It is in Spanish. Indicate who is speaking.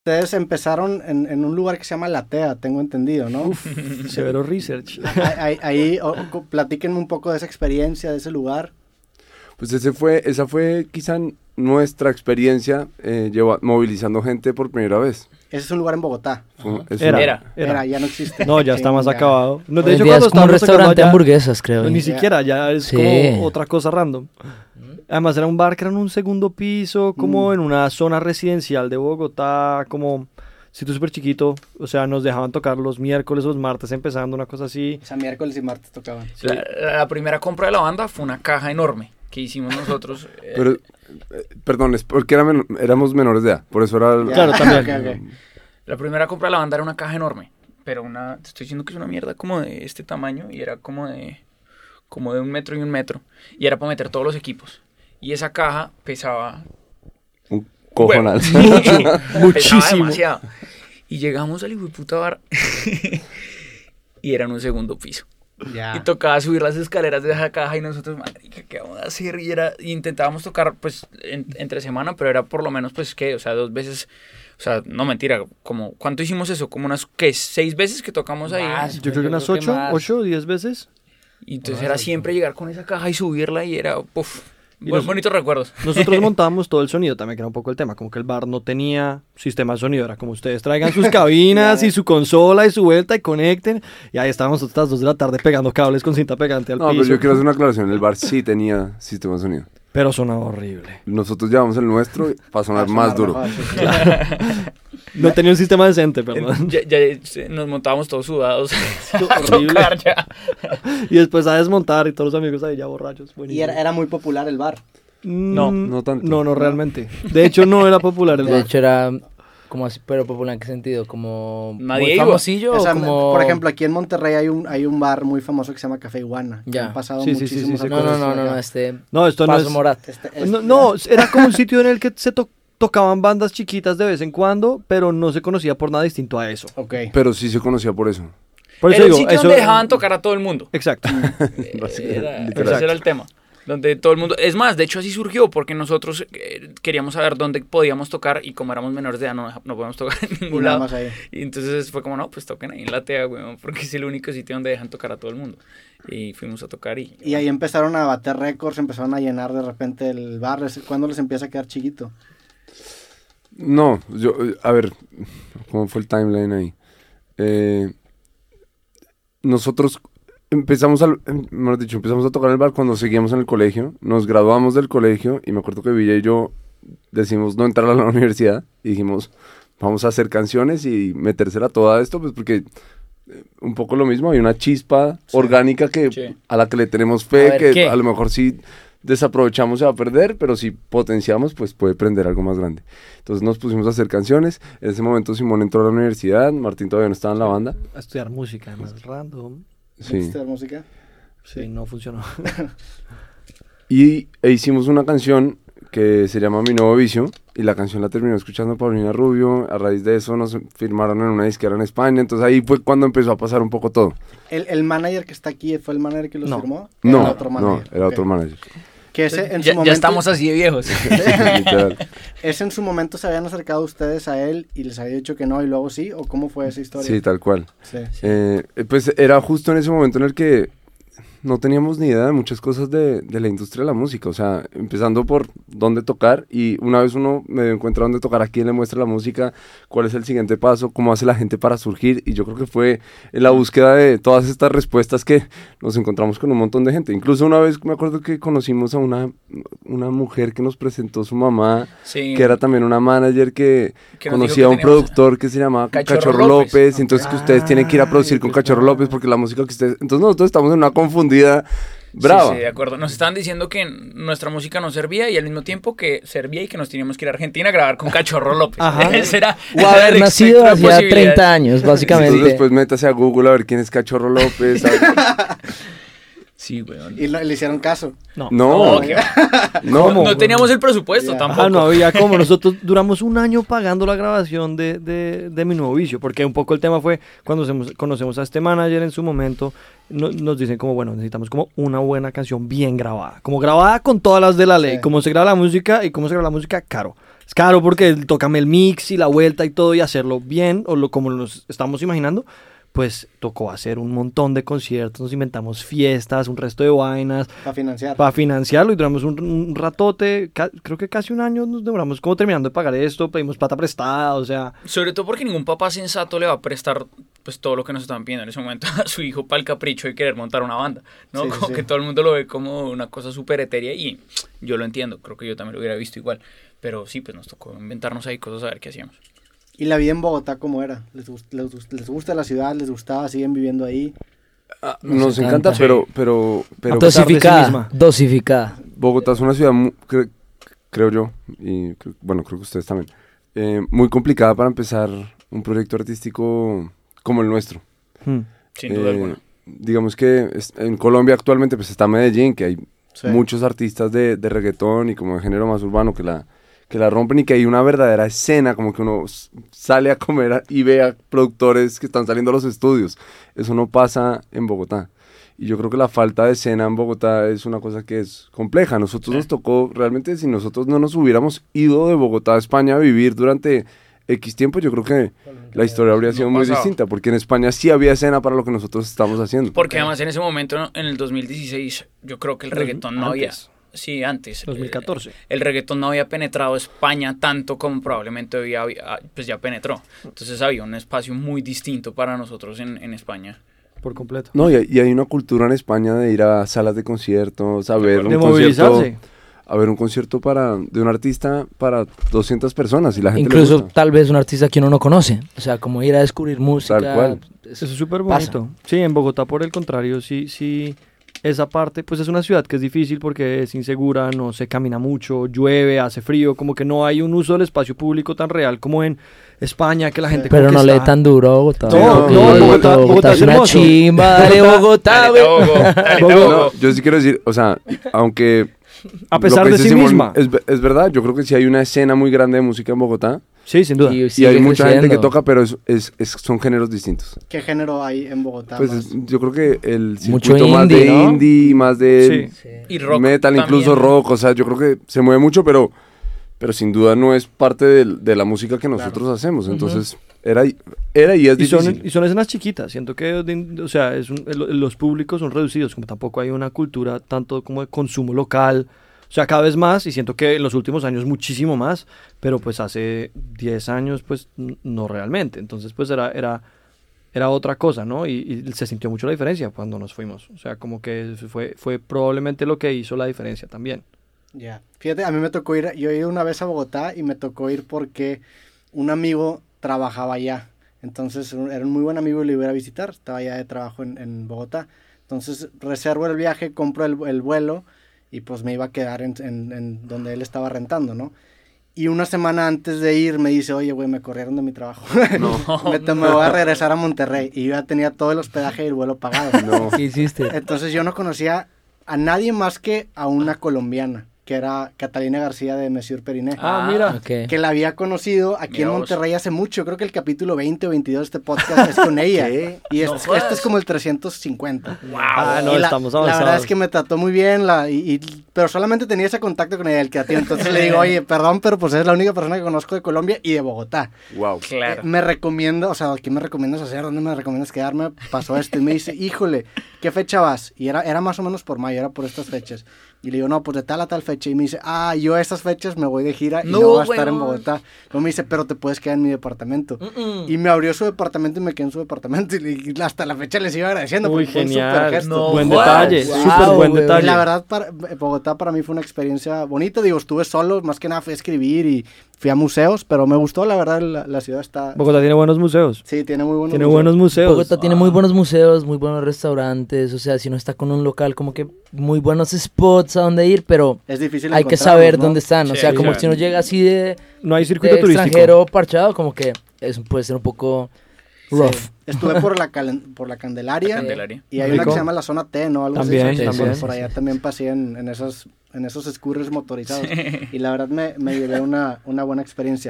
Speaker 1: Ustedes empezaron en, en un lugar que se llama Latea, tengo entendido, ¿no?
Speaker 2: Uf, severo research.
Speaker 1: Ahí, ahí- o- o- platíquenme un poco de esa experiencia, de ese lugar.
Speaker 3: Pues ese fue, esa fue quizá nuestra experiencia eh, lleva- movilizando gente por primera vez.
Speaker 1: Ese es un lugar en Bogotá.
Speaker 3: Fue- es
Speaker 2: Era,
Speaker 3: una-
Speaker 2: era.
Speaker 1: Era, ya no existe.
Speaker 2: No, ya está más
Speaker 1: Chinga.
Speaker 2: acabado. No,
Speaker 4: Hoy en día es como un
Speaker 2: estábamos tocando
Speaker 4: restaurante de
Speaker 2: allá,
Speaker 4: hamburguesas, creo.
Speaker 2: no,
Speaker 4: y-
Speaker 2: ni siquiera, ya es
Speaker 4: Sí.
Speaker 2: como otra cosa random. Además era un bar que era en un segundo piso,
Speaker 4: Mm.
Speaker 2: como en una zona residencial de Bogotá, como sitio súper chiquito. O sea, nos dejaban tocar los miércoles o los martes empezando, una cosa así.
Speaker 1: O sea, miércoles y martes tocaban.
Speaker 5: La, la primera compra de la banda fue una caja enorme que hicimos nosotros. eh,
Speaker 3: Pero, eh, perdón, es porque era men- éramos menores de edad, por eso era...
Speaker 1: Ya.
Speaker 2: Claro, también.
Speaker 1: Ok, ok.
Speaker 5: La primera compra de la banda era una caja enorme, pero una, te estoy diciendo que es una mierda como de este tamaño y era como de, como de un metro y un metro y era para meter todos los equipos. Y esa caja pesaba
Speaker 3: Un cojonal.
Speaker 5: Pesaba
Speaker 2: Muchísimo.
Speaker 5: demasiado. Y llegamos al hijo de puta bar y era en un segundo piso.
Speaker 1: Ya.
Speaker 5: Y tocaba subir las escaleras de esa caja y nosotros, marica, ¿qué vamos a hacer? Y era, y intentábamos tocar, pues, en- entre semana, pero era por lo menos, pues, ¿qué? O sea, dos veces, o sea, no mentira, como, ¿cuánto hicimos eso? Como unas, ¿qué? Seis veces que tocamos ahí.
Speaker 2: Yo, creo que unas ocho, ocho o diez veces.
Speaker 5: Y entonces era siempre llegar con esa caja y subirla y era, puf,
Speaker 2: Y
Speaker 5: buen-
Speaker 2: nos-
Speaker 5: bonitos recuerdos.
Speaker 2: Nosotros montábamos todo el sonido, también que era un poco el tema, como que el bar no tenía sistema de sonido, era como ustedes traigan sus cabinas y su consola y su vuelta y conecten, y ahí estábamos hasta las 2 de la tarde pegando cables con cinta pegante al
Speaker 3: No,
Speaker 2: piso.
Speaker 3: pero yo quiero hacer una aclaración, el bar sí tenía sistema de sonido.
Speaker 2: Pero sonaba horrible.
Speaker 3: Nosotros llevamos el nuestro para sonar
Speaker 1: Para sonar
Speaker 3: más duro.
Speaker 1: mejor, sí, sí.
Speaker 2: No tenía un sistema decente, perdón.
Speaker 5: Ya, ya, eh, nos montábamos todos sudados a
Speaker 2: Horrible.
Speaker 5: tocar ya.
Speaker 2: Y después a desmontar y todos los amigos ahí ya borrachos.
Speaker 1: Y
Speaker 2: buenísimo.
Speaker 1: era, era muy popular el bar.
Speaker 2: Mm,
Speaker 5: No,
Speaker 3: no tanto.
Speaker 2: No, no, realmente. De hecho, no era popular el
Speaker 4: De
Speaker 2: bar.
Speaker 4: hecho, era como así, pero popular en qué sentido, como
Speaker 5: Nadie
Speaker 4: muy
Speaker 5: iba.
Speaker 4: famosillo
Speaker 1: O sea,
Speaker 4: o como...
Speaker 1: Por ejemplo, aquí en Monterrey hay un, hay un bar muy famoso que se llama Café Iguana. que
Speaker 4: Ya.
Speaker 1: Han pasado
Speaker 2: Sí, sí, sí, sí,
Speaker 1: muchísimos
Speaker 2: sí,
Speaker 4: No, no,
Speaker 1: artistas
Speaker 4: no, no,
Speaker 1: acá.
Speaker 4: no, este...
Speaker 2: No, esto no
Speaker 4: Paso
Speaker 2: es...
Speaker 4: Morat.
Speaker 1: Este-
Speaker 2: No,
Speaker 1: este-
Speaker 2: no, era como un sitio en el que se to- tocaban bandas chiquitas de vez en cuando, pero no se conocía por nada distinto a eso.
Speaker 1: Ok.
Speaker 3: Pero sí se conocía por eso.
Speaker 2: Por eso
Speaker 5: era
Speaker 2: digo,
Speaker 5: el sitio
Speaker 2: eso-
Speaker 5: donde dejaban tocar a todo el mundo.
Speaker 2: Exacto.
Speaker 5: Eh, Era,
Speaker 3: Básicamente,
Speaker 5: ese era el tema. Donde todo el mundo. Es más, de hecho, así surgió, porque nosotros eh, queríamos saber dónde podíamos tocar y como éramos menores de edad, no, no podíamos tocar en
Speaker 1: Y
Speaker 5: ningún
Speaker 1: nada
Speaker 5: lado.
Speaker 1: más ahí.
Speaker 5: Y entonces fue como, no, pues toquen ahí en la TEA, weón, porque es el único sitio donde dejan tocar a todo el mundo. Y fuimos a tocar y.
Speaker 1: Y ahí empezaron a bater récords, empezaron a llenar de repente el bar. ¿Es- ¿Cuándo les empieza a quedar chiquito?
Speaker 3: No, yo, eh, a ver, ¿cómo fue el timeline ahí? Eh, nosotros empezamos, al, em, mejor dicho, empezamos a tocar en el bar cuando seguíamos en el colegio, nos graduamos del colegio y me acuerdo que Villa y yo decimos no entrar a la universidad y dijimos vamos a hacer canciones y metérsela toda a esto, pues porque eh, un poco lo mismo, hay una chispa orgánica que
Speaker 5: Sí.
Speaker 3: a la que le tenemos fe,
Speaker 4: A ver,
Speaker 3: que
Speaker 5: ¿qué?
Speaker 3: a lo mejor si desaprovechamos se va a perder, pero si potenciamos pues puede prender algo más grande. Entonces nos pusimos a hacer canciones, en ese momento Simón entró a la universidad, Martín todavía no estaba en la banda.
Speaker 2: A estudiar música, además, random.
Speaker 3: Sí.
Speaker 1: ¿Viste la música?
Speaker 2: Sí, no funcionó.
Speaker 3: Y e hicimos una canción que se llama Mi Nuevo Vicio. Y la canción la terminó escuchando Paulina Rubio. A raíz de eso nos firmaron en una disquera en España. Entonces ahí fue cuando empezó a pasar un poco todo.
Speaker 1: ¿El, el manager que está aquí fue el manager que los
Speaker 2: No.
Speaker 1: firmó?
Speaker 3: No,
Speaker 1: Era otro
Speaker 3: no,
Speaker 1: manager.
Speaker 3: era
Speaker 1: Ok.
Speaker 3: otro manager.
Speaker 1: Que ese en,
Speaker 5: ya,
Speaker 1: su momento,
Speaker 5: ya estamos así de viejos.
Speaker 3: Literal.
Speaker 1: ese en su momento se habían acercado ustedes a él y les había dicho que no y luego sí, o cómo fue esa historia.
Speaker 3: Sí, tal cual.
Speaker 1: Sí.
Speaker 3: Eh, eh, pues era justo en ese momento en el que no teníamos ni idea de muchas cosas de, de la industria de la música. O sea, empezando por dónde tocar y una vez uno medio encuentra dónde tocar, a quién le muestra la música, cuál es el siguiente paso, cómo hace la gente para surgir. Y yo creo que fue en la búsqueda de todas estas respuestas que nos encontramos con un montón de gente. Incluso una vez me acuerdo que conocimos a una, una mujer que nos presentó su mamá,
Speaker 5: Sí.
Speaker 3: que era también una manager que,
Speaker 5: Que nos dijo que
Speaker 3: conocía a un
Speaker 5: teníamos-
Speaker 3: productor que se llamaba
Speaker 5: Cachorro
Speaker 3: Cachorro,
Speaker 5: López. Ah,
Speaker 3: López. Entonces que ustedes tienen que ir a producir con
Speaker 2: Ay, pues,
Speaker 3: Cachorro López porque la música que ustedes... Entonces nosotros estamos en una confundida brava.
Speaker 5: Sí, sí, de acuerdo. Nos estaban diciendo que nuestra música no servía y al mismo tiempo que servía y que nos teníamos que ir a Argentina a grabar con Cachorro López.
Speaker 2: Ajá.
Speaker 5: Ese era,
Speaker 4: O
Speaker 5: ese era
Speaker 4: haber
Speaker 5: el
Speaker 4: nacido
Speaker 5: espectro de
Speaker 4: hacía
Speaker 5: posibilidades.
Speaker 4: 30 años,
Speaker 3: Entonces pues,
Speaker 4: básicamente.
Speaker 3: después métase a Google a ver quién es Cachorro López. a ver-
Speaker 5: Sí, weón.
Speaker 1: Y lo- le hicieron caso.
Speaker 3: No,
Speaker 5: No, qué-
Speaker 3: no.
Speaker 2: ¿Cómo?
Speaker 5: No teníamos el presupuesto
Speaker 1: Ya.
Speaker 5: tampoco.
Speaker 2: Ah, no había como. Nosotros duramos un año pagando la grabación de, de- de mi nuevo vicio, porque un poco el tema fue cuando hacemos- conocemos a este manager en su momento, no- nos dicen como, bueno, necesitamos como una buena canción bien grabada, como grabada con todas las de la ley,
Speaker 1: Sí.
Speaker 2: como se graba la música y cómo se graba la música caro. Es caro porque tócame el mix y la vuelta y todo y hacerlo bien o lo, como nos estamos imaginando. Pues tocó hacer un montón de conciertos, nos inventamos fiestas, un resto de vainas,
Speaker 1: Para financiar.
Speaker 2: para financiarlo y duramos un, un ratote, ca- creo que casi un año nos demoramos como terminando de pagar esto, pedimos plata prestada, o sea,
Speaker 5: Sobre todo porque ningún papá sensato le va a prestar pues todo lo que nos están pidiendo en ese momento a su hijo para el capricho de querer montar una banda, ¿no?
Speaker 1: Sí, sí,
Speaker 5: como
Speaker 1: sí.
Speaker 5: que todo el mundo lo ve como una cosa súper etérea y yo lo entiendo, creo que yo también lo hubiera visto igual, pero sí, pues nos tocó inventarnos ahí cosas a ver qué hacíamos.
Speaker 1: ¿Y la vida en Bogotá cómo era? ¿Les, gust- les gust- les gusta la ciudad? ¿Les gustaba? ¿Siguen viviendo ahí?
Speaker 3: ah, Nos,
Speaker 4: Nos
Speaker 3: encanta,
Speaker 4: encanta.
Speaker 3: pero, pero, pero pues,
Speaker 2: Dosificada,
Speaker 4: dosificada, dosificada.
Speaker 3: Bogotá es una ciudad, mu- cre- creo yo, y cre- bueno, creo que ustedes también, eh, muy complicada para empezar un proyecto artístico como el nuestro.
Speaker 2: hmm,
Speaker 5: Sin duda
Speaker 3: Eh,
Speaker 5: alguna.
Speaker 3: Digamos que es- en Colombia actualmente pues está Medellín, que hay
Speaker 1: Sí.
Speaker 3: muchos artistas de, de reggaetón y como de género más urbano que la, que la rompen y que hay una verdadera escena, como que uno s- sale a comer a- y ve a productores que están saliendo a los estudios. Eso no pasa en Bogotá. Y yo creo que la falta de escena en Bogotá es una cosa que es compleja. Nosotros nos tocó, realmente si nosotros no nos hubiéramos ido de Bogotá a España a vivir durante X tiempo, yo creo que la historia habría
Speaker 5: No
Speaker 3: sido muy
Speaker 5: pasaba.
Speaker 3: distinta, porque en España sí había escena para lo que nosotros estamos haciendo.
Speaker 5: Porque además en ese momento, en el 2016, yo creo que el reggaetón no había...
Speaker 2: antes.
Speaker 5: Sí, antes. eh,
Speaker 2: 2014.
Speaker 5: el reggaetón no había penetrado España tanto como probablemente había, había- pues ya penetró. Entonces había un espacio muy distinto para nosotros en, en España.
Speaker 2: por completo.
Speaker 3: No, y hay, y hay una cultura en España de ir a salas de conciertos, a ver un
Speaker 2: de
Speaker 3: concierto,
Speaker 2: movilizarse.
Speaker 3: a ver un concierto para de un artista para 200 personas y la gente le
Speaker 4: Incluso
Speaker 3: gusta.
Speaker 4: tal vez un artista que uno no conoce. O sea, como ir a descubrir música. pues,
Speaker 3: Tal cual.
Speaker 4: es-
Speaker 2: Eso es súper
Speaker 4: pasa.
Speaker 2: bonito. Sí, en Bogotá, por el contrario, sí, sí, esa parte, pues es una ciudad que es difícil porque es insegura, no se camina mucho, llueve, hace frío, como que no hay un uso del espacio público tan real como en España, que la gente...
Speaker 4: Pero
Speaker 2: como
Speaker 4: no
Speaker 2: que
Speaker 4: le dé
Speaker 2: está-
Speaker 4: tan duro a Bogotá.
Speaker 2: No,
Speaker 3: no,
Speaker 2: Bogotá-
Speaker 4: Bogotá,
Speaker 2: Bogotá es
Speaker 4: es una
Speaker 2: hermoso.
Speaker 4: chimba. Dale Bogotá,
Speaker 5: Dale,
Speaker 4: güey.
Speaker 5: Togo, dale,
Speaker 3: No,
Speaker 5: Togo.
Speaker 3: yo sí quiero decir, o sea, aunque
Speaker 2: A
Speaker 3: lo
Speaker 2: pesar
Speaker 3: que
Speaker 2: de
Speaker 3: dice
Speaker 2: sí
Speaker 3: Simón
Speaker 2: misma.
Speaker 3: es, ve- es verdad, yo creo que sí hay una escena muy grande de música en Bogotá
Speaker 2: Sí, sin duda.
Speaker 3: y
Speaker 4: sigue
Speaker 3: hay mucha gente que
Speaker 4: creciendo.
Speaker 3: toca, pero es- es- es- son géneros distintos.
Speaker 1: ¿Qué género hay en Bogotá?
Speaker 3: Pues
Speaker 1: más?
Speaker 3: es- yo creo que el
Speaker 4: Mucho
Speaker 3: circuito más
Speaker 4: indie,
Speaker 3: de
Speaker 4: ¿no?
Speaker 3: indie, más de
Speaker 2: Sí.
Speaker 5: Y rock
Speaker 3: metal,
Speaker 5: también.
Speaker 3: incluso rock, o sea, yo creo que se mueve mucho, pero, pero sin duda no es parte del- de, la música que nosotros hacemos. Entonces, era, y- era y es
Speaker 2: Y
Speaker 3: difícil.
Speaker 2: son, y son escenas chiquitas, siento que de- o sea, es un- el- los públicos son reducidos, como tampoco hay una cultura tanto como de consumo local, o sea, cada vez más, y siento que en los últimos años muchísimo más, pero pues hace 10 años pues n- no realmente, entonces pues era, era, era otra cosa, ¿no? Y, y se sintió mucho la diferencia cuando nos fuimos, o sea, como que fue, fue probablemente lo que hizo la diferencia también.
Speaker 1: Ya. Fíjate, a mí me tocó ir, yo he ido una vez a Bogotá y me tocó ir porque un amigo trabajaba allá. Entonces un- era un muy buen amigo y lo iba a ir a visitar. Estaba allá de trabajo en, en Bogotá. Entonces reservo el viaje, compro el, el vuelo y pues me iba a quedar en, en- en donde él estaba rentando, ¿no? Y una semana antes de ir me dice, oye, güey, me corrieron de mi trabajo. me, te- me voy a regresar a Monterrey. Y yo ya tenía todo el hospedaje y el vuelo pagado.
Speaker 4: ¿Qué
Speaker 2: Este.
Speaker 4: hiciste?
Speaker 1: Entonces yo no conocía a nadie más que a una colombiana, que era Catalina García de Monsieur Periné.
Speaker 2: Ah,
Speaker 5: Ah, mira.
Speaker 2: mira.
Speaker 4: Ok.
Speaker 1: Que la había conocido aquí
Speaker 5: Mira
Speaker 1: en
Speaker 5: vos.
Speaker 1: Monterrey hace mucho. Creo que el capítulo 20 o 22 de este podcast es con ella. Y
Speaker 5: No
Speaker 1: este,
Speaker 5: jodas.
Speaker 1: este es como el 350.
Speaker 5: Wow.
Speaker 2: Ah, no,
Speaker 1: Y la,
Speaker 2: estamos
Speaker 1: la verdad
Speaker 2: avanzados.
Speaker 1: es que me trató muy bien, la, y- y- pero solamente tenía ese contacto con ella, el que a ti. Entonces le digo, oye, perdón, pero pues es la única persona que conozco de Colombia y de Bogotá.
Speaker 3: Wow.
Speaker 1: Eh,
Speaker 5: Claro.
Speaker 1: me recomienda, o sea, ¿qué me recomiendas hacer? ¿Dónde me recomiendas quedarme? Pasó esto y me dice, híjole, ¿qué fecha vas? Y era, era más o menos por mayo, era por estas fechas. Y le digo, no, pues de tal a tal fecha. Y me dice, ah, yo a estas fechas me voy de gira y no,
Speaker 5: No,
Speaker 1: voy a estar en
Speaker 5: huevón.
Speaker 1: Bogotá. Luego me dice, pero te puedes quedar en mi departamento. Y me abrió su departamento y me quedé en su departamento. Y le- hasta la fecha les iba agradeciendo.
Speaker 2: Muy
Speaker 1: porque fue un
Speaker 2: genial,
Speaker 1: supergesto.
Speaker 5: No,
Speaker 2: buen
Speaker 5: wow.
Speaker 2: detalle,
Speaker 4: Wow,
Speaker 2: súper buen
Speaker 4: güey.
Speaker 2: detalle.
Speaker 1: Y la verdad, para- eh, Bogotá para mí fue una experiencia bonita. Digo, estuve solo, más que nada fui a escribir y fui a museos, pero me gustó, la verdad, la, la ciudad está...
Speaker 2: Bogotá tiene buenos museos,
Speaker 1: Sí, tiene muy buenos
Speaker 2: tiene
Speaker 1: museos.
Speaker 2: buenos museos.
Speaker 4: Bogotá
Speaker 5: pues,
Speaker 4: tiene
Speaker 5: ah.
Speaker 4: muy buenos museos, muy buenos restaurantes. O sea, si no está con un local, como que muy buenos spots a donde ir, pero
Speaker 1: Es difícil
Speaker 4: hay que
Speaker 1: encontrarlos,
Speaker 4: saber
Speaker 1: ¿no?
Speaker 4: dónde están. O
Speaker 5: Sí,
Speaker 4: sea, como
Speaker 5: claro.
Speaker 4: que si uno llega así de,
Speaker 2: No hay é circuito
Speaker 4: de
Speaker 2: turístico.
Speaker 4: extranjero parchado, como que es, puede ser un poco rough.
Speaker 1: Estuve por la, calen- por la Candelaria.
Speaker 5: La Candelaria.
Speaker 1: Y hay una que
Speaker 2: Rico.
Speaker 1: se llama la zona T, ¿no? Algo así.
Speaker 2: También,
Speaker 1: Sí,
Speaker 4: también.
Speaker 1: Por, por allá también pasé en, en esos, en esos scooters motorizados. Y la verdad me, me llevé una, una buena experiencia.